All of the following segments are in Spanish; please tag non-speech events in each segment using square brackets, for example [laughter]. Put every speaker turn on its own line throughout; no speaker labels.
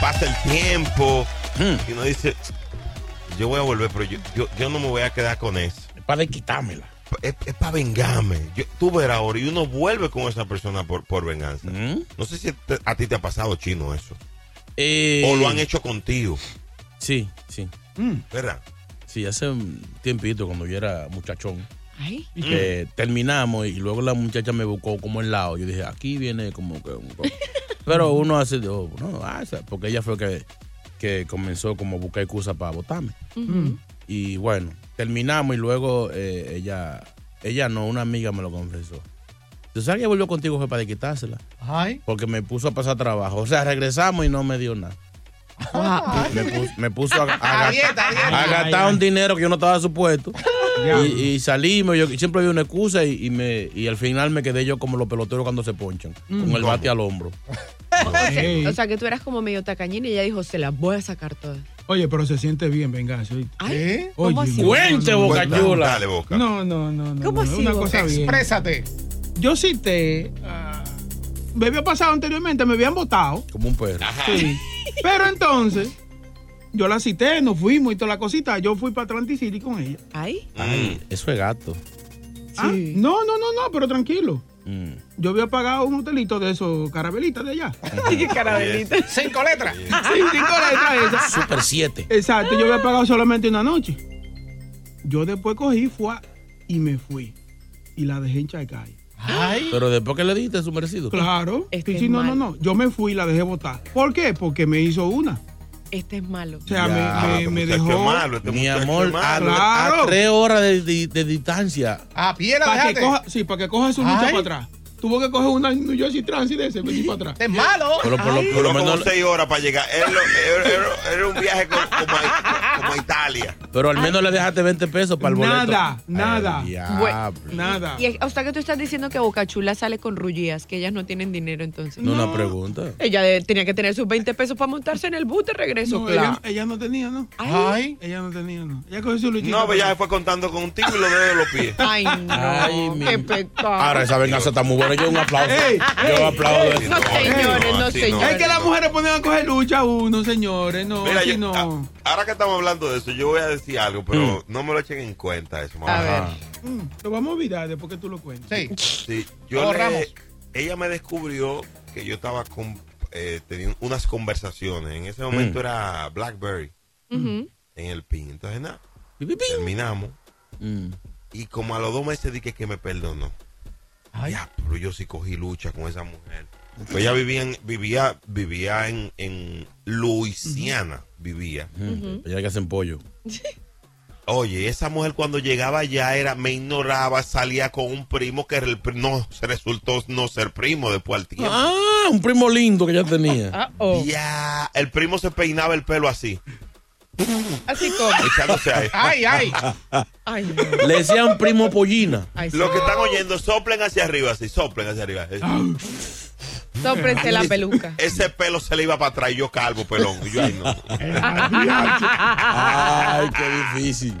pasa el tiempo y uno dice, yo voy a volver, pero yo, yo, yo no me voy a quedar con eso.
Para de quitármela.
Es, para vengarme. Yo, tú verás ahora y uno vuelve con esa persona por, por venganza. No sé si te- a ti te ha pasado chino eso.
Eh,
O lo han hecho contigo, Mm.
Sí, sí.
¿verdad?
Sí, hace un tiempito cuando yo era muchachón.
Mm.
que terminamos y luego la muchacha me buscó como el lado. Yo dije, aquí viene como que... un co-
[laughs]
Pero uno hace, oh, no, ah, esa- porque ella fue que, que comenzó como a buscar excusas para votarme. Y bueno, terminamos y luego eh, ella, ella no, una amiga me lo confesó. ¿Tú sabes que volvió contigo fue para quitársela? Porque me puso a pasar trabajo. O sea, regresamos y no me dio nada. Me puso, me puso a, a
[laughs]
gastar, a gastar un dinero que yo no estaba
[laughs]
supuesto. Y, y salimos, yo siempre había una excusa y, y me, y al final me quedé yo como los peloteros cuando se ponchan,
Mm.
con el bate al hombro.
O sea, que tú eras como medio tacañina y ella dijo, se las voy a sacar todas.
Oye, pero se siente bien venganza. ¿oíste?
Ay,
Oye,
¿cómo así?
¡Cuente, Boca
Dale,
Chula!
dale, boca.
No, no, no, no.
¿Cómo
no,
así,
Una
vos?
cosa bien.
Exprésate.
Yo cité. ah, me había pasado anteriormente, me habían votado.
Como un perro.
Sí. Pero entonces, yo la cité, nos fuimos y toda la cosita. Yo fui para Atlantic City con ella.
Ay,
Ay, eso es gato.
Ah,
Sí.
no, no, no, no, pero tranquilo.
Mm.
Yo había pagado un hotelito de esos carabelitas de
[laughs]
allá.
qué carabelita.
Cinco letras.
Sí, cinco letras esas.
Super 7.
Exacto, yo había pagado solamente una noche. Yo después cogí, fue y me fui. Y la dejé en Chaycay.
Ay.
Pero después que le diste su merecido.
Claro.
Este
sí, sí,
es
no, no,
mal.
no. Yo me fui y la dejé votar. ¿Por qué? Porque me hizo una.
Este es malo.
O sea,
Ya,
me, me-
este
me
muchacho
dejó.
es malo, este
Mi
muchacho es
amor, a,
malo.
Claro.
a tres horas de, de- de distancia.
A pie la
Para que
dejaste.
coja, sí, para que coja su lucha
Ah, Ay.
para atrás. Tuvo que coger una New Jersey Transit de ese, venir para atrás.
Es malo.
Por lo, por lo- por lo
Duró como
menos-
seis horas para llegar. Era, era- era- era un viaje como, como a, como a Italia.
pero al menos le dejaste 20 pesos para el boleto.
Nada,
El
nada.
diablo.
Bueno,
Ah.
Nada.
Y, es- o sea, que tú estás diciendo que Bocachula sale con rullías, que ellas no tienen dinero entonces.
No, una pregunta.
Ella de- tenía que tener sus 20 pesos para montarse en el bus de regreso,
No,
claro.
ella, ella no tenía, ¿no?
Ay.
Ella no tenía, ¿no? Ella cogió su luchita.
No,
para
pero ya se
atrás.
fue contando con un tiro y los dedos de los
[laughs]
pies.
Ay, no.
Ay, mi-
qué pecado.
Ahora esa venganza está muy buena. Yo un aplauso.
Ey,
Yo aplaudo. eso.
no, señores,
no,
no,
así no.
señores.
Es que las mujeres ponen a coger lucha a uno, señores. No,
Mira,
así
yo-
no.
a- ahora que estamos hablando de eso, yo voy a decir algo,
Mm.
pero no me lo echen en cuenta eso. mamá.
A ver.
Mm, lo vamos a olvidar después que tú lo cuentes.
Sí.
Sí, yo
Ahorramos.
le- ella me descubrió que yo estaba con, eh, teniendo unas conversaciones. En ese
Mm.
momento era Blackberry
Ujú.
en el pin. Entonces, nada,
Pi, pi, pi.
terminamos.
Mm.
Y como a los dos meses dije que me perdonó. Ya, pero yo sí cogí lucha con esa mujer. Pues ella vivía en, vivía, vivía en, en Luisiana, vivía.
Mm. Ya que hacen pollo.
Oye, esa mujer cuando llegaba ya era, me ignoraba, salía con un primo que el pri- no se resultó no ser primo después al tiempo.
Ah, un primo lindo que ya tenía.
Ah, oh.
Ya, el primo se peinaba el pelo así,
Así como.
echándose ahí.
[laughs] Ay, ay.
Ay, no.
Le decían primo pollina.
Ay, sí. Ah.
Los que están oyendo, soplen hacia arriba, así, soplen hacia arriba.
Sóprense la peluca.
Ese pelo se le iba para atrás y yo calvo, pelón. Y yo, ay, no.
Ay,
qué difícil.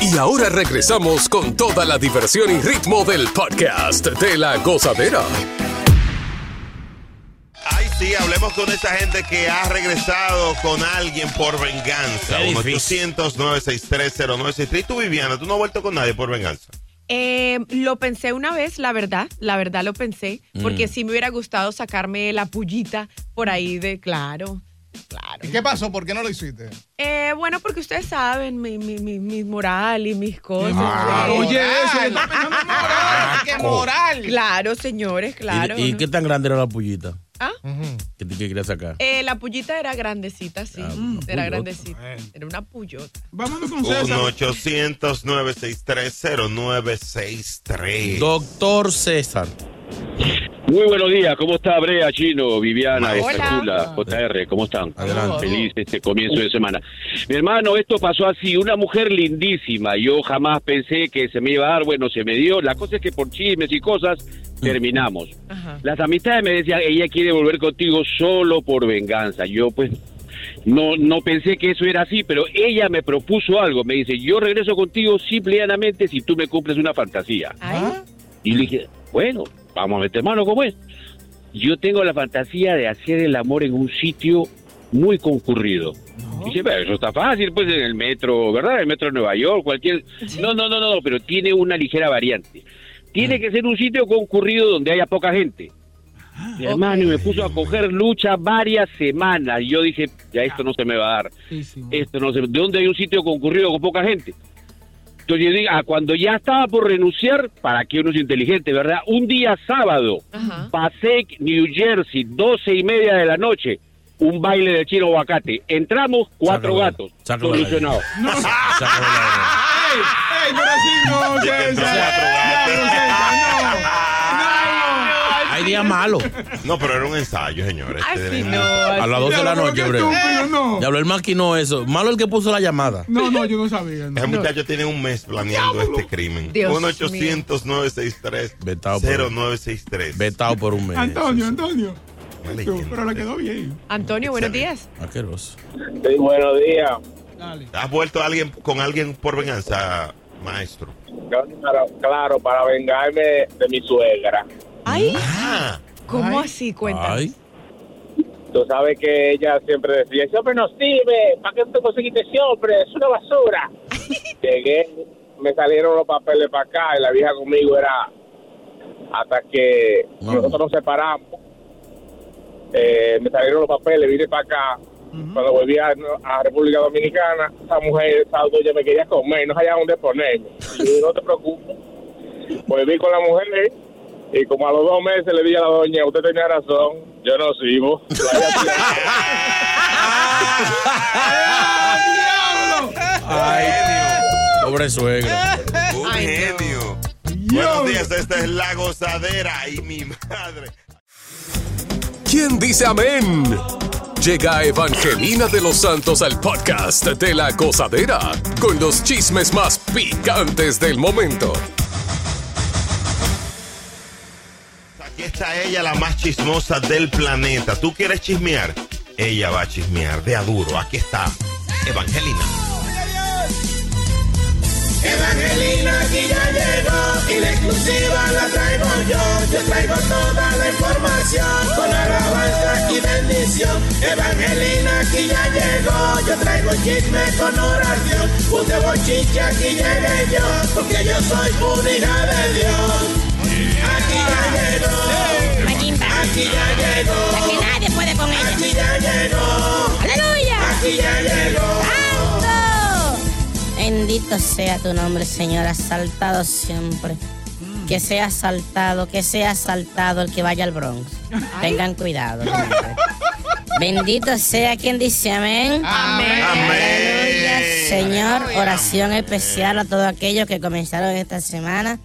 Y ahora regresamos con toda la diversión y ritmo del podcast de la gozadera.
Ay, sí, hablemos con esta gente que ha regresado con alguien por venganza.
Qué
1-800-963-0963. Tú, Viviana, tú no has vuelto con nadie por venganza.
Eh, lo pensé una vez, la verdad, la verdad lo pensé, porque
Mm.
sí me hubiera gustado sacarme la pullita por ahí de claro.
¿Y qué pasó? ¿Por qué no lo hiciste?
Eh, bueno, porque ustedes saben mi, mi, mi, mi moral y mis cosas.
Ah,
Sí.
oye,
ese,
Moral.
¡Qué
co- moral!
Claro, señores, claro.
¿Y, y qué tan grande era la pullita?
Ah.
¿Qué te quería sacar?
Eh, la pullita era grandecita, sí.
Ah, una
Mm,
pullota.
era
Oh,
grandecita. Era una pullota.
Eh. Vámonos con
1-800-963-0963.
Doctor César.
Muy buenos días, ¿cómo está Brea, Chino, Viviana,
Hola.
Estacula, JR? ¿Cómo están?
Adelante.
Feliz este comienzo de semana. Mi hermano, esto pasó así, una mujer lindísima, yo jamás pensé que se me iba a dar, bueno, se me dio, la cosa es que por chismes y cosas terminamos.
Ờ
Las amistades me decían, ella quiere volver contigo solo por venganza, yo pues no, no pensé que eso era así, pero ella me propuso algo, me dice, yo regreso contigo simple y llanamente si tú me cumples una fantasía. Y le dije, bueno, vamos a meter mano como es. Yo tengo la fantasía de hacer el amor en un sitio muy concurrido. Dice, pero eso está fácil, pues en el metro, ¿verdad? El metro de Nueva York, cualquier... No, no, no, no, no, pero tiene una ligera variante. Tiene que ser un sitio concurrido donde haya poca gente. Mi hermano, y me puso a coger lucha varias semanas. Y yo dije, ya esto no se me va a dar. Esto no se... ¿De dónde hay un sitio concurrido con poca gente? Entonces yo digo, ah, cuando ya estaba por renunciar, para que uno es inteligente, ¿verdad? Un día sábado,
ờ
Pasek, New Jersey, doce y media de la noche, un baile de chino aguacate. Entramos, cuatro gatos,
sácalo de ahí.
solucionado.
¡Ey! ¡Ey, pero así
[laughs]
no,
Hay día malo.
No, pero era un ensayo, señores.
Ay,
Este
sí,
era-
A las 12 de la noche,
Qué
breve.
estúpido, no.
Ya habló el maquino eso. Malo el que puso la llamada.
No, no, yo no sabía. no.
Ese muchacho tiene un mes planeando este crimen.
Dios
1-800-963-0963.
Vetado por un mes.
Antonio, Antonio. Pero le quedó bien.
Antonio, buenos días.
Asqueroso.
Sí, buenos días. ¿Has vuelto a alguien con alguien por venganza, maestro?
Claro, claro, para vengarme de, de mi suegra.
Ay, ¿cómo
Ay.
Ah.
así? Cuéntame.
Tú sabes que ella siempre decía, ese hombre no sirve, ¿para qué tú conseguiste ese hombre? Es una basura. Llegué, me salieron los papeles para acá y la vieja conmigo era hasta que nosotros nos separamos. Eh, me salieron los papeles, vine para acá. Cuando volví a, a República Dominicana, esa mujer, esa doña me quería comer, no sabía dónde ponerme. Y yo, no te preocupes. Volví con la mujer y como a los dos meses le dije a la doña, usted tenía razón, yo no sirvo. La había tirado.
Ay, Pobre suegra.
Un genio. Buenos días, esta es la gozadera y mi madre.
¿Quién dice amén? Llega Evangelina de los Santos al podcast de la gozadera con los chismes más picantes del momento.
Aquí está ella, la más chismosa del planeta. ¿Tú quieres chismear? Ella va a chismear de aduro. Aquí está Evangelina.
Evangelina aquí ya llegó y la exclusiva la traigo yo. Yo traigo toda la información con alabanza y bendición. Evangelina aquí ya llegó, yo traigo chisme con oración. Puse bochiche aquí llegué yo, porque yo soy una hija de Dios. Aquí ya llegó. Aquí ya llegó. Aquí nadie puede con ella. Aquí ya llegó.
¡Aleluya!
Aquí ya llegó.
¡Santo! [laughs] Bendito sea tu nombre, Señor, asaltado siempre. Que sea asaltado, que sea asaltado el que vaya al Bronx. Tengan cuidado. señores. Bendito sea quien dice amén. Amén. Aleluya, Señor, oración especial a todos aquellos que comenzaron esta semana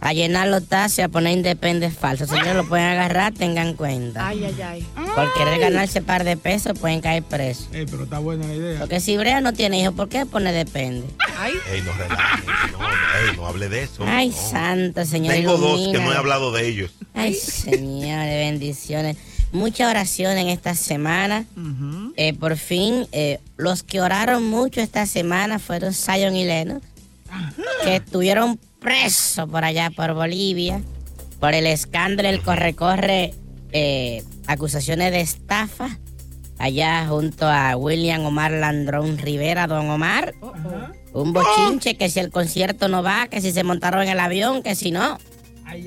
a llenar los tazos y a poner independes falsos. Señores, lo pueden agarrar, tengan cuenta.
Ay, ay, ay.
Por querer ganarse par de pesos pueden caer presos.
Eh, pero está buena la idea.
Porque si Brea no tiene hijos, ¿por qué pone depende?
Ey, no relajes, no, ey, no hable de eso.
Ay, santo señor.
Tengo dos que
ilumina.
no he hablado de ellos.
Ay, señor, bendiciones. Mucha oración en esta semana. Eh, por fin, eh, los que oraron mucho esta semana fueron Zion y Lennox, que estuvieron presos por allá, por Bolivia, por el escándalo, el corre-corre, eh, acusaciones de estafa, allá junto a William Omar Landrón Rivera, don Omar. Un bochinche que si el concierto no va, que si se montaron en el avión, que si no.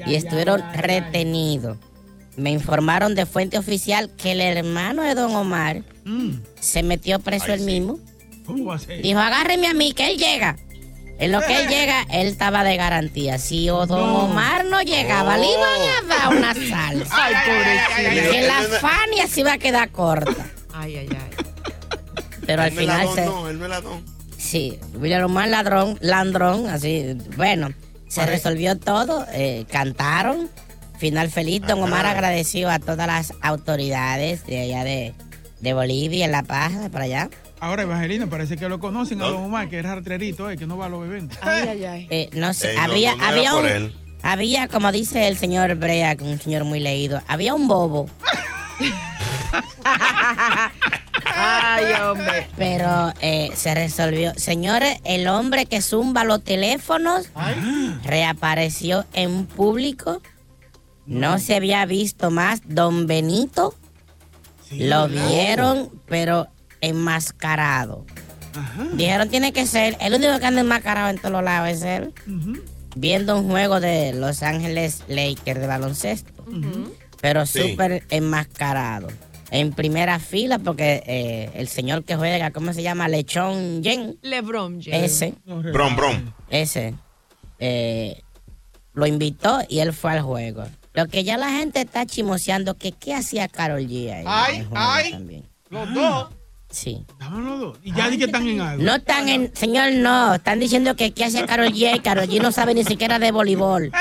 Y estuvieron retenidos. Me informaron de fuente oficial que el hermano de don Omar se metió preso él mismo.
Mm, ¿Cómo va a ser?
Dijo, agárreme a mí, que él llega. En lo
[laughs]
que él llega, él estaba de garantía. Si o don
No. Oh.
Omar no llegaba, le iban a dar una salsa.
Ay, pobrecito.
Y Que la Fania se iba a quedar corta.
Ay, ay, ay.
Pero al
Él no es
final
ladrón,
se...
no, él no es ladrón.
Sí, William Omar Ladrón, Landrón, así, bueno, se resolvió todo, eh, cantaron, final feliz, don Omar agradecido a todas las autoridades de allá de, de Bolivia, en La Paz, de por allá.
Ahora, Evangelina, parece que lo conocen a Don Omar, que es rastrerito, eh, que no va a los eventos.
Ay, ay, ay.
Eh, no sé,
Ey, no,
había,
no, no era
había
por
un-
él.
había, como dice el señor Brea, un señor muy leído, había un bobo,
Ay, hombre.
pero eh, se resolvió. Señores, el hombre que zumba los teléfonos reapareció en público. No se había visto más. Don Benito lo
¿verdad?
vieron, pero enmascarado. Dijeron, tiene que ser. El único que anda enmascarado en todos los lados es él. Viendo un juego de Los Ángeles Lakers de baloncesto. Pero
Sí.
súper enmascarado. En primera fila, porque eh, el señor que juega, ¿cómo se llama? Lechón Yen.
Lebron James.
Ese.
Brom, brom.
Ese. eh, lo invitó y él fue al juego. Lo que ya la gente está chimoseando, que qué hacía Carol G ahí. en
Ay,
el juego
ay.
también.
Los dos.
Sí.
Estaban los dos. Y ya di que están en algo.
No están en. Señor, no. Están diciendo que qué hace Carol G. Carol G no sabe ni siquiera de voleibol.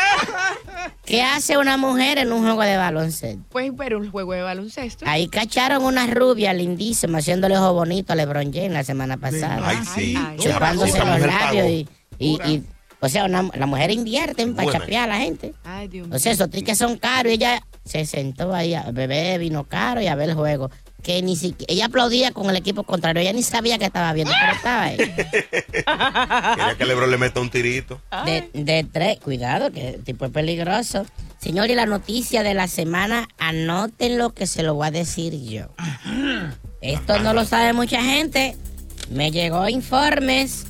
¿Qué hace una mujer en un juego de baloncesto?
Pues, pero un juego de baloncesto.
Ahí cacharon una rubia lindísima haciéndole ojo bonito a LeBron James la semana pasada.
Ay, sí.
chupándose
Esa
los
mujer
labios
pagó.
y, y- y- o sea, una- la mujer invierte para
Buena.
chapear a la gente.
Ay, Dios mío.
O sea, esos tickets son caros y ella se sentó ahí a beber vino caro y a ver el juego. Que ni siquiera, ella aplaudía con el equipo contrario, ella ni sabía que estaba viendo, pero estaba ahí.
Quería que Lebron le meta un tirito.
De, de tres, cuidado, que el tipo es peligroso. Señor, y la noticia de la semana, anoten lo que se lo voy a decir yo. Esto no lo sabe mucha gente. Me llegó informes.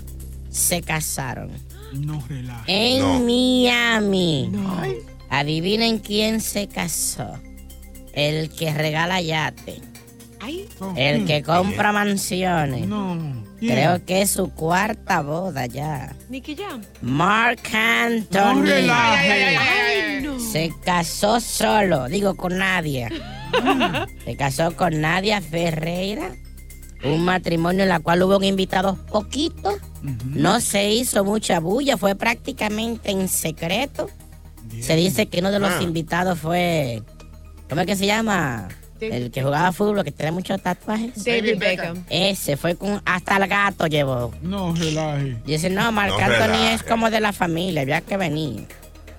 Se casaron.
No relaja.
En
No.
Miami. Adivinen quién se casó. El que regala yate.
Ay.
El que compra mansiones.
Mm. ¿Quién?
Creo que es su cuarta boda ya.
[clears throat] Nicky Jam.
Mark
No
Anthony.
eh,
relaje. Ay, ay, ay,
Se casó solo, digo con Nadia. Se casó con Nadia Ferreira. Un matrimonio en la cual hubo invitados poquitos. No se hizo mucha bulla, fue prácticamente en secreto. Se dice que uno de los
Ah.
invitados fue. ¿Cómo es que se llama?
David
El que jugaba fútbol, que tenía muchos tatuajes.
David Beckham.
Ese fue con. Hasta el gato llevó.
No relaje.
Dice, no, Marc
No
Anthony
relaje.
es como de la familia, había que venir.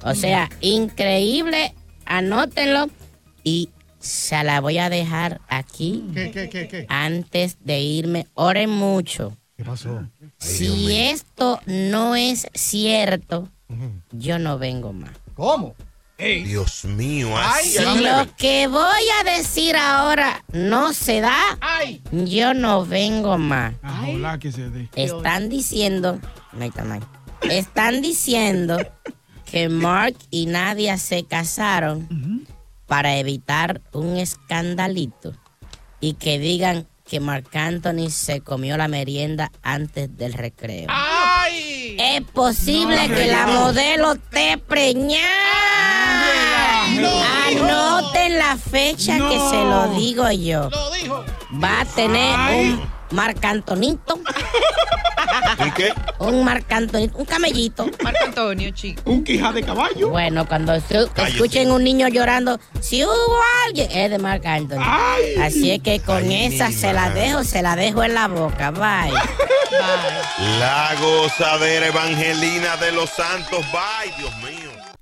O sea, increíble, anótenlo y se la voy a dejar aquí
¿Qué, qué, qué, qué?
antes de irme. Oren mucho.
¿Qué pasó?
Si esto no es cierto, yo no vengo más.
¿Cómo?
Dios mío,
Ay,
así.
si lo que voy a decir ahora no se da, yo no vengo más.
Ojalá que se dé.
Están diciendo, no hay tamaño. están diciendo que Mark y Nadia se casaron para evitar un escandalito y que digan que Mark Anthony se comió la merienda antes del recreo. Es posible
No,
que la
no.
modelo esté preñada. Anoten la fecha que se lo digo yo. Va a tener un marcantonito. Un marcantonito, un camellito.
Antonio, chico.
Un quija de caballo.
Bueno, cuando se- escuchen un niño llorando, si hubo alguien, es de Marc Anthony. Así es que con esa se la dejo, se la dejo en la boca. Bye.
La gozadera evangelina de los santos. Bye, Dios mío.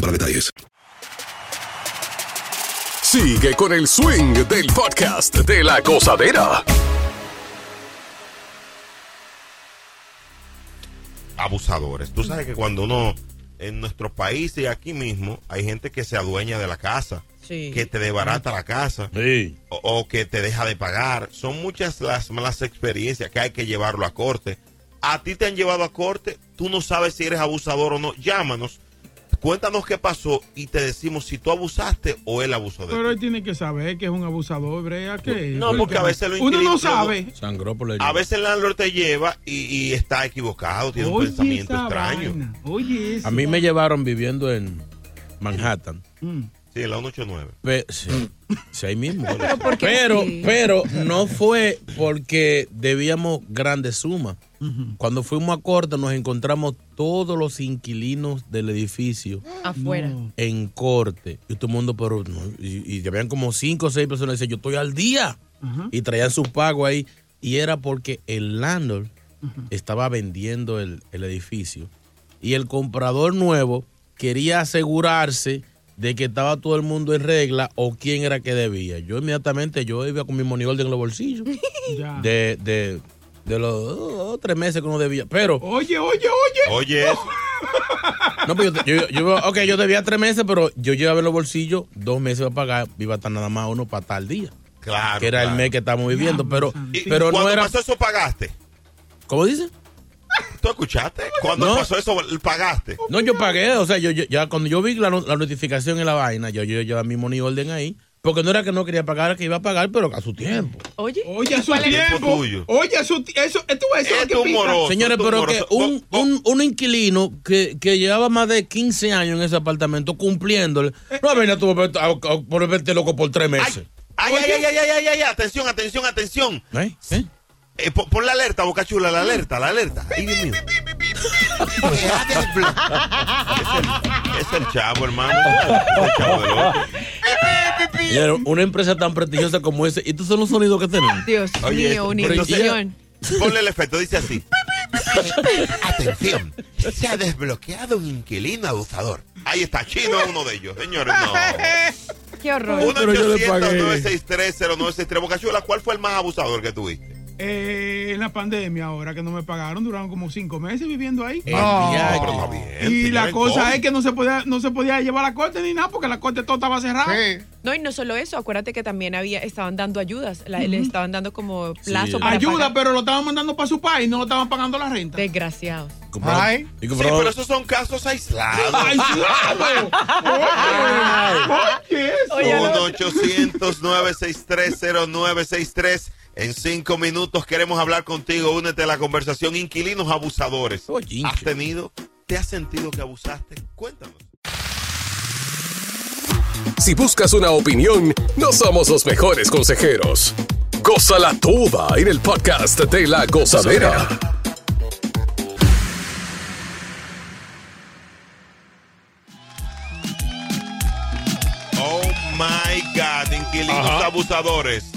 para detalles.
Sigue con el swing del podcast de la gozadera.
Abusadores. Tú sabes que cuando uno, en nuestros países y aquí mismo, hay gente que se adueña de la casa.
Sí.
Que te desbarata la casa. O, o que te deja de pagar. Son muchas las malas experiencias que hay que llevarlo a corte. A ti te han llevado a corte. Tú no sabes si eres abusador o no. Llámanos. Cuéntanos qué pasó y te decimos si tú abusaste o él abusó de ti.
Pero él tiene que saber que es un abusador, Brea. Que
No, porque a veces lo
Uno no
inquilino-
sabe.
Sangró por la
A veces el landlord te lleva y, y está equivocado, tiene un
Oye,
pensamiento
esa
extraño.
vaina. Oye, eso.
A mí me llevaron viviendo en Manhattan.
Mm. Sí, la 189.
Pe- sí, sí, ahí mismo.
[laughs] Pero, ¿por qué?
Pero,
Sí.
pero no fue porque debíamos grandes sumas. Cuando fuimos a corte nos encontramos todos los inquilinos del edificio
Afuera.
en corte. Y todo el mundo, pero no, y, y habían como cinco o seis personas que decían, yo estoy al día. Y traían sus pagos ahí. Y era porque el landlord estaba vendiendo el, el edificio. Y el comprador nuevo quería asegurarse de que estaba todo el mundo en regla o quién era que debía. Yo inmediatamente, yo iba con mi money order en los bolsillos.
Ya.
De, de, de los oh, tres meses que uno debía. Pero...
Oye, oye, oye.
Oye.
No, pues yo, yo, yo- ok, yo debía tres meses, pero yo llevaba en los bolsillos dos meses para pagar, iba a estar nada más uno para tal día.
Claro.
Que era el mes que estamos viviendo, pero,
¿Y
pero no
cuando
era.
pasó eso pagaste?
¿Cómo dice?
¿Tú escuchaste? Cuando
No.
pasó eso pagaste.
No, yo pagué, o sea, yo, yo- ya cuando yo vi la, no- la notificación en la vaina, yo yo llevaba mi money orden ahí, porque no era que no quería pagar, era que iba a pagar, pero a su tiempo.
Oye.
Oye, a su
¿Cuál es?
tiempo.
Tuyo.
Oye, a su ti- eso, esto es eso lo que pica.
Señores, pero que un, un, un inquilino que, que llevaba más de 15 años en ese apartamento cumpliéndole,
Eh,
no venía tú a- a- a volverte loco por tres meses.
Ay, ay, ay, ay, ay, ay, ay, atención, atención, atención.
¿Eh?
Eh, pon, pon la alerta, Bocachula, la alerta, la alerta. Ay, Dios mío. Déjate de pl- es, el, es el chavo, hermano. [laughs] Es el chavo del otro.
Señores, Una empresa tan prestigiosa como esa, y estos son los sonidos que tenemos.
Dios
Oye,
mío, una
pero ya-
ilusión.
Ponle el efecto, dice así. Atención, se ha desbloqueado un inquilino abusador. Ahí está, chino uno de ellos, señores. No.
[laughs] Qué horror.
1 800 963 0963 Bocachula, ¿cuál fue el más abusador que tuviste?
Eh, en la pandemia ahora que no me pagaron, duraron como cinco meses viviendo ahí.
Ah, no, pero está bien,
Y
señor,
la
el
cosa
COVID.
es que no se podía, no se podía llevar a la corte ni nada porque la corte todo estaba cerrada.
No, y no solo eso, acuérdate que también había, estaban dando ayudas, la- le
Ujú.
estaban dando como
eh.
plazo para
Ayuda,
pagar.
pero lo estaban mandando para su país, no lo estaban pagando la renta.
Desgraciados.
Ay.
Sí, pero esos son casos aislados. [laughs]
¡Aislados! Oye, oye, oye.
1-800-963-0963. En cinco minutos queremos hablar contigo. Únete a la conversación. Inquilinos abusadores. ¿Has tenido? ¿Te has sentido que abusaste? Cuéntanos.
Si buscas una opinión, no somos los mejores consejeros. Goza la tuba en el podcast de la gozadera.
Oh my God. Inquilinos
Ajá.
abusadores.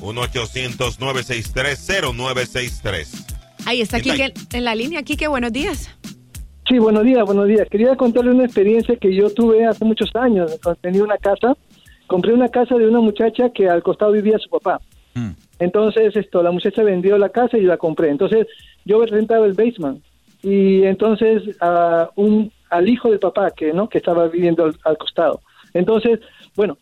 1-800-963-0963.
Ahí está
¿Quién
Kike en la línea. Kike, buenos días.
Sí, buenos días, buenos días. Quería contarle una experiencia que yo tuve hace muchos años. Tenía una casa, compré una casa de una muchacha que al costado vivía su papá. Entonces, esto, la muchacha vendió la casa y yo la compré. Entonces, yo rentaba el basement. Y entonces, a un, al hijo del papá, que no, que estaba viviendo al, al costado. Entonces, bueno,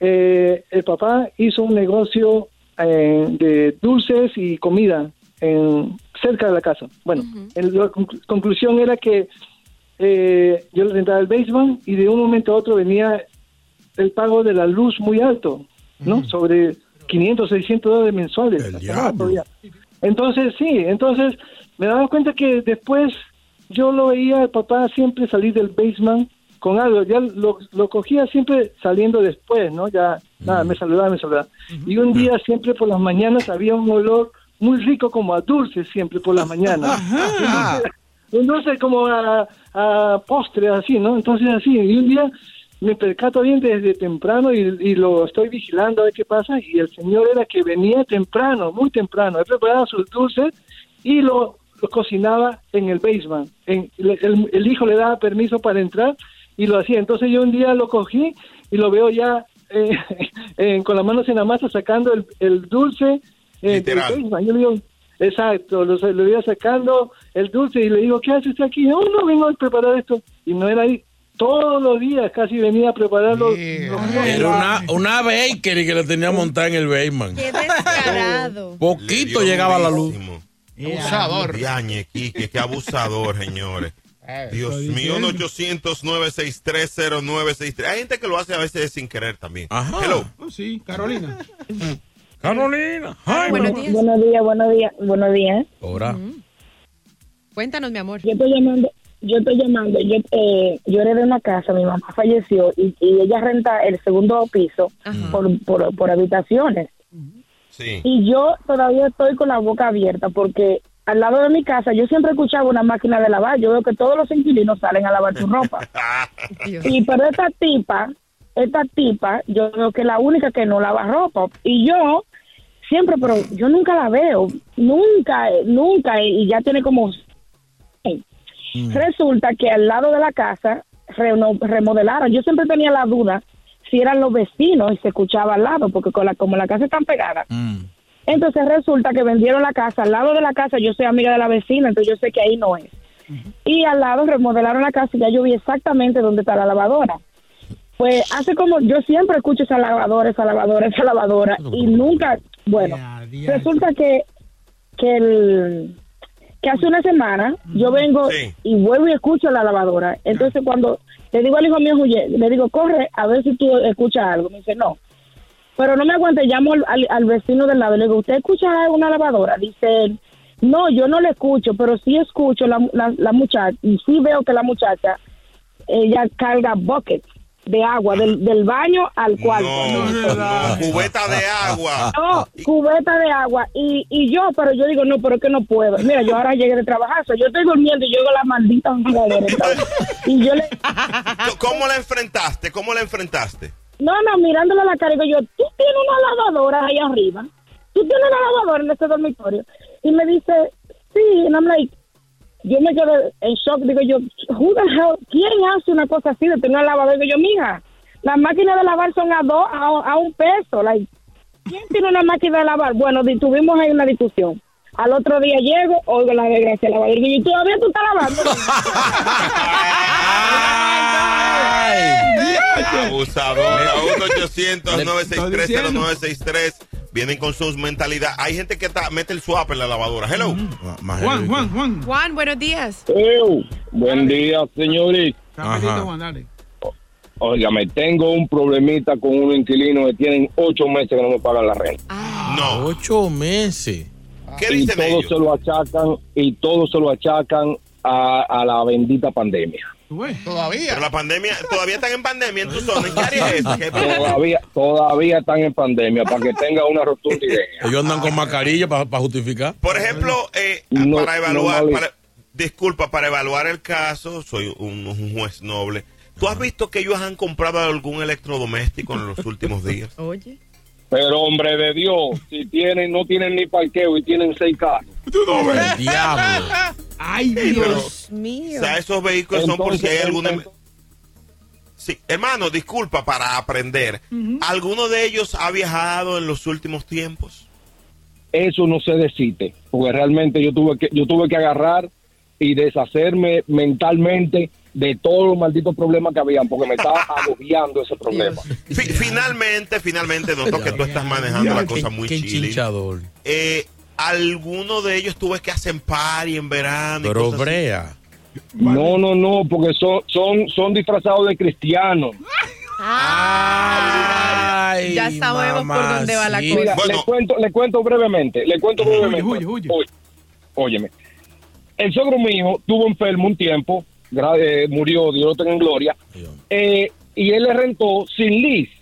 eh, el papá hizo un negocio eh, de dulces y comida en, cerca de la casa. Bueno, el- la conclu- conclusión era que eh, yo le rentaba el basement y de un momento a otro venía el pago de la luz muy alto, ¿no? Sobre 500, 600 dólares mensuales. Hasta más todavía. Entonces, sí, entonces me daba cuenta que después yo lo veía al papá siempre salir del basement con algo, ya lo, lo cogía siempre saliendo después, ¿no? Ya, nada, me saludaba, me saludaba. Y un día siempre por las mañanas había un olor muy rico como a dulce siempre por las mañanas. [laughs] Un dulce- Un dulce como a, a postre, así, ¿no? Entonces así, y un día me percato bien desde temprano y, y lo estoy vigilando a ver qué pasa y el señor era que venía temprano, muy temprano, él preparaba sus dulces y lo, lo cocinaba en el basement. En- le- el, el hijo le daba permiso para entrar y lo hacía. Entonces yo un día lo cogí y lo veo ya eh, [laughs] en- con las manos en la masa sacando el, el dulce eh, del
Literal.
basement. Yo le digo, exacto, lo, sa- lo iba sacando el dulce y le digo, ¿qué hace usted aquí? No, no, vengo a preparar esto. Y no era ahí. Todos los días casi venía a preparar los- los
Era una, una bakery que la tenía montada en el Bayman.
Qué descarado.
Poquito llegaba la luz.
Abusador. Yañe, Quique, qué abusador, señores. Dios
Eh, estoy
mío,
diciendo.
1-800-963-0963. Hay gente que lo hace a veces sin querer también. Hello.
Oh, sí, Carolina.
Carolina.
Buenos días.
Buenos días, buenos días, buenos días.
Ahora.
Cuéntanos, mi amor.
Yo estoy llamando, yo estoy llamando, yo, eh, yo heredé una casa, mi mamá falleció y, y ella renta el segundo piso por, por, por habitaciones.
Sí.
Y yo todavía estoy con la boca abierta porque al lado de mi casa yo siempre escuchaba una máquina de lavar. Yo veo que todos los inquilinos salen a lavar su ropa. Y pero esta tipa, esta tipa, yo creo que es la única que no lava ropa. Y yo siempre, pero yo nunca la veo, nunca, eh, nunca, eh, y ya tiene como... Resulta que al lado de la casa reno- remodelaron. Yo siempre tenía la duda si eran los vecinos y se escuchaba al lado, porque con la, como la casa está pegada. Entonces resulta que vendieron la casa, al lado de la casa, yo soy amiga de la vecina, entonces yo sé que ahí no es. Y al lado remodelaron la casa y ya yo vi exactamente dónde está la lavadora. Pues hace como yo siempre escucho esa lavadora, esa lavadora, esa lavadora y nunca, bueno, resulta que que el que hace una semana yo vengo y vuelvo y escucho la lavadora. Entonces cuando le digo al hijo mío, "Oye", le digo, corre a ver si tú escuchas algo. Me dice, no. Pero no me aguante, llamo al, al- al vecino del lado y le digo, ¿usted escucha una lavadora? Dice él, no, yo no la escucho, pero sí escucho la, la, la muchacha y sí veo que la muchacha, ella carga buckets de agua del, del baño al cuarto.
Ah.
Cubeta
[laughs]
de agua.
No, cubeta de agua. Y, y yo, pero yo digo, no, pero es que no puedo. Mira, yo ahora llegué de trabajar, so, yo estoy durmiendo y yo digo la maldita jugadora. entonces. Y yo le,
¿Cómo la enfrentaste? ¿Cómo la enfrentaste?
no, no, mirándole la cara, digo yo, tú tienes una lavadora ahí arriba. Tú tienes una lavadora en ese dormitorio. Y me dice, sí, and I'm like, yo me quedé en shock, digo yo, who the hell, ¿quién hace una cosa así de tener una lavadora? Digo yo, mija, las máquinas de lavar son a dos, a, a un peso, like, ¿Quién tiene una máquina de lavar? Bueno, di- tuvimos ahí una discusión. Al otro día llego, oigo la desgracia la lavadora. Y yo, todavía tú estás lavando.
[laughs]
Abusadora. 1-800-963-0963. Vienen con sus mentalidad. Hay gente que ta- mete el swap en la lavadora. Hello.
Mm.
Juan, Juan, Juan.
Juan, buenos días.
Buen día, señores. Óigame, tengo un problemita con un inquilino que tienen ocho meses que no me pagan la renta.
No. Ocho meses.
¿Qué y todos se lo achacan y todos se lo achacan a, a la bendita pandemia.
Todavía. Pero la pandemia, todavía están en pandemia en tu zona. ¿En qué área es? ¿Qué-
Todavía, todavía están en pandemia para que tenga una rotunda idea.
Ellos andan con mascarilla para justificar.
Por ejemplo, eh,
No,
para evaluar,
no vale.
para- disculpa, para evaluar el caso, soy un, un juez noble. ¿Tú has visto que ellos han comprado algún electrodoméstico en los últimos días?
Oye.
Pero hombre de Dios, si tienen, no tienen ni parqueo y tienen seis carros.
[laughs]
Diablo.
Ay,
Dios
mío.
O sea, esos vehículos son porque hay
Entonces,
alguna... Sí, hermano, disculpa para aprender.
Mm.
¿Alguno de ellos ha viajado en los últimos tiempos?
Eso no se desiste, porque realmente yo tuve que, yo tuve que agarrar y deshacerme mentalmente de todos los malditos problemas que habían, porque me
[laughs]
estaba agobiando ese problema.
Fi- finalmente, finalmente noto que tú estás manejando la cosa muy
Qué
chile.
chinchador.
Eh, ¿Alguno de ellos tú ves que hacen party en verano? y
Pero
cosas así?
brea.
No, no, no, porque son, son, son disfrazados de cristianos.
ya sabemos por dónde va la cosa.
Mira, le cuento, le cuento brevemente, le cuento brevemente. Oye, óyeme, el sogro mío tuvo enfermo un tiempo, gra- eh, murió, Dios lo tenga en gloria, eh, y él le rentó sin lease.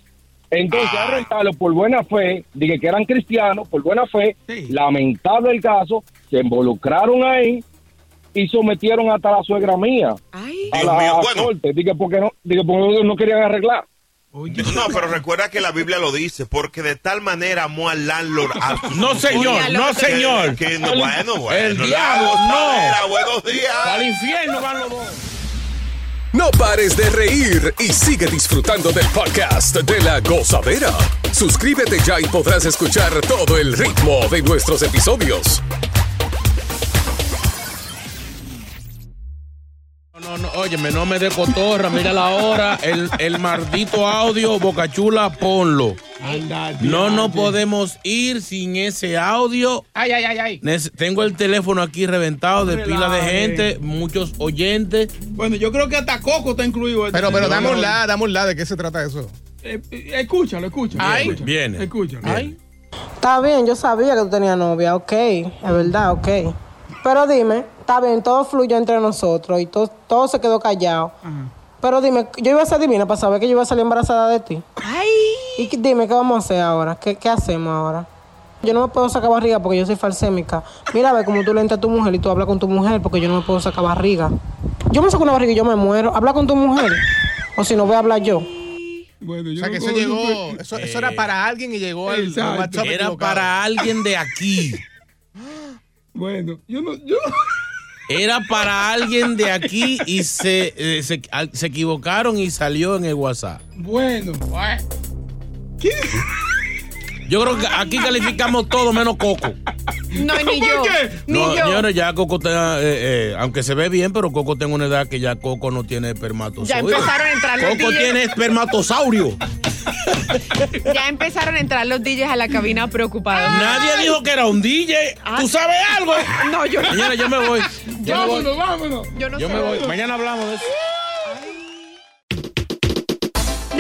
Entonces, a rentarlo por buena fe, dije que eran cristianos, por buena fe, lamentable el caso, se involucraron ahí y sometieron hasta la suegra mía a la corte, dije porque no, dije porque no querían arreglar.
No, pero recuerda que la Biblia lo dice, porque de tal manera amó al landlord. a sus-
No, señor, no,
Que-
señor.
que no, bueno, bueno.
El
la
diablo,
gozadera,
no.
Buenos días.
Al infierno van los dos.
No pares de reír y sigue disfrutando del podcast de la gozadera. Suscríbete ya y podrás escuchar todo el ritmo de nuestros episodios.
No, no, óyeme, no me dé cotorra, mira la hora, el, el maldito audio, Bocachula, ponlo.
uh,
No nos podemos ir sin ese audio.
Ay, ay, ay, ay.
Nes- Tengo el teléfono aquí reventado de pila de gente, muchos oyentes.
Bueno, yo creo que hasta Coco está incluido.
Pero, pero dame un la,
lado.
dame un la, ¿de qué se trata eso?
Eh, escúchalo, escúchalo.
Ay.
escúchalo.
Viene.
Escúchalo.
[laughs] Está bien, yo sabía que tú tenías novia, ok, es verdad, ok. Pero dime, está bien, todo fluyó entre nosotros y to- todo se quedó callado. Pero dime, yo iba a ser divina para saber que yo iba a salir embarazada de ti. Ay. Y que- dime, ¿qué vamos a hacer ahora? ¿Qué, qué hacemos ahora? Yo no me puedo sacar barriga porque yo soy falsémica. Mira, ve cómo tú le entras a tu mujer y tú hablas con tu mujer porque yo no me puedo sacar barriga. Yo me saco una barriga y yo me muero. Habla con tu mujer. O si no, voy a hablar yo.
o sea, que eso
no-
llegó, eso, eso era para alguien y llegó al, al
Exacto.
WhatsApp
Era
equivocado.
Para alguien de aquí.
Bueno, yo no, yo
Era para alguien de aquí y se, eh, se, al- se equivocaron y salió en el WhatsApp.
Bueno.
Yo creo que aquí calificamos todo menos Coco.
[laughs]
No, ni yo. Ni
No,
yo.
señores, ya Coco está, eh, eh, aunque se ve bien, pero Coco tiene una edad que ya Coco no tiene espermatozoide.
Ya empezaron a entrar los
Coco
DJs.
tiene espermatosaurio.
[laughs] Ya empezaron a entrar los DJs a la cabina preocupados.
Ah,
Nadie dijo que era un DJ. ¿Tú sabes algo?
Ah. No, yo no.
Señores, yo me voy. Yo me voy.
vámonos.
Yo no
Yo
sé.
me voy. Mañana hablamos de eso.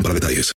para detalles.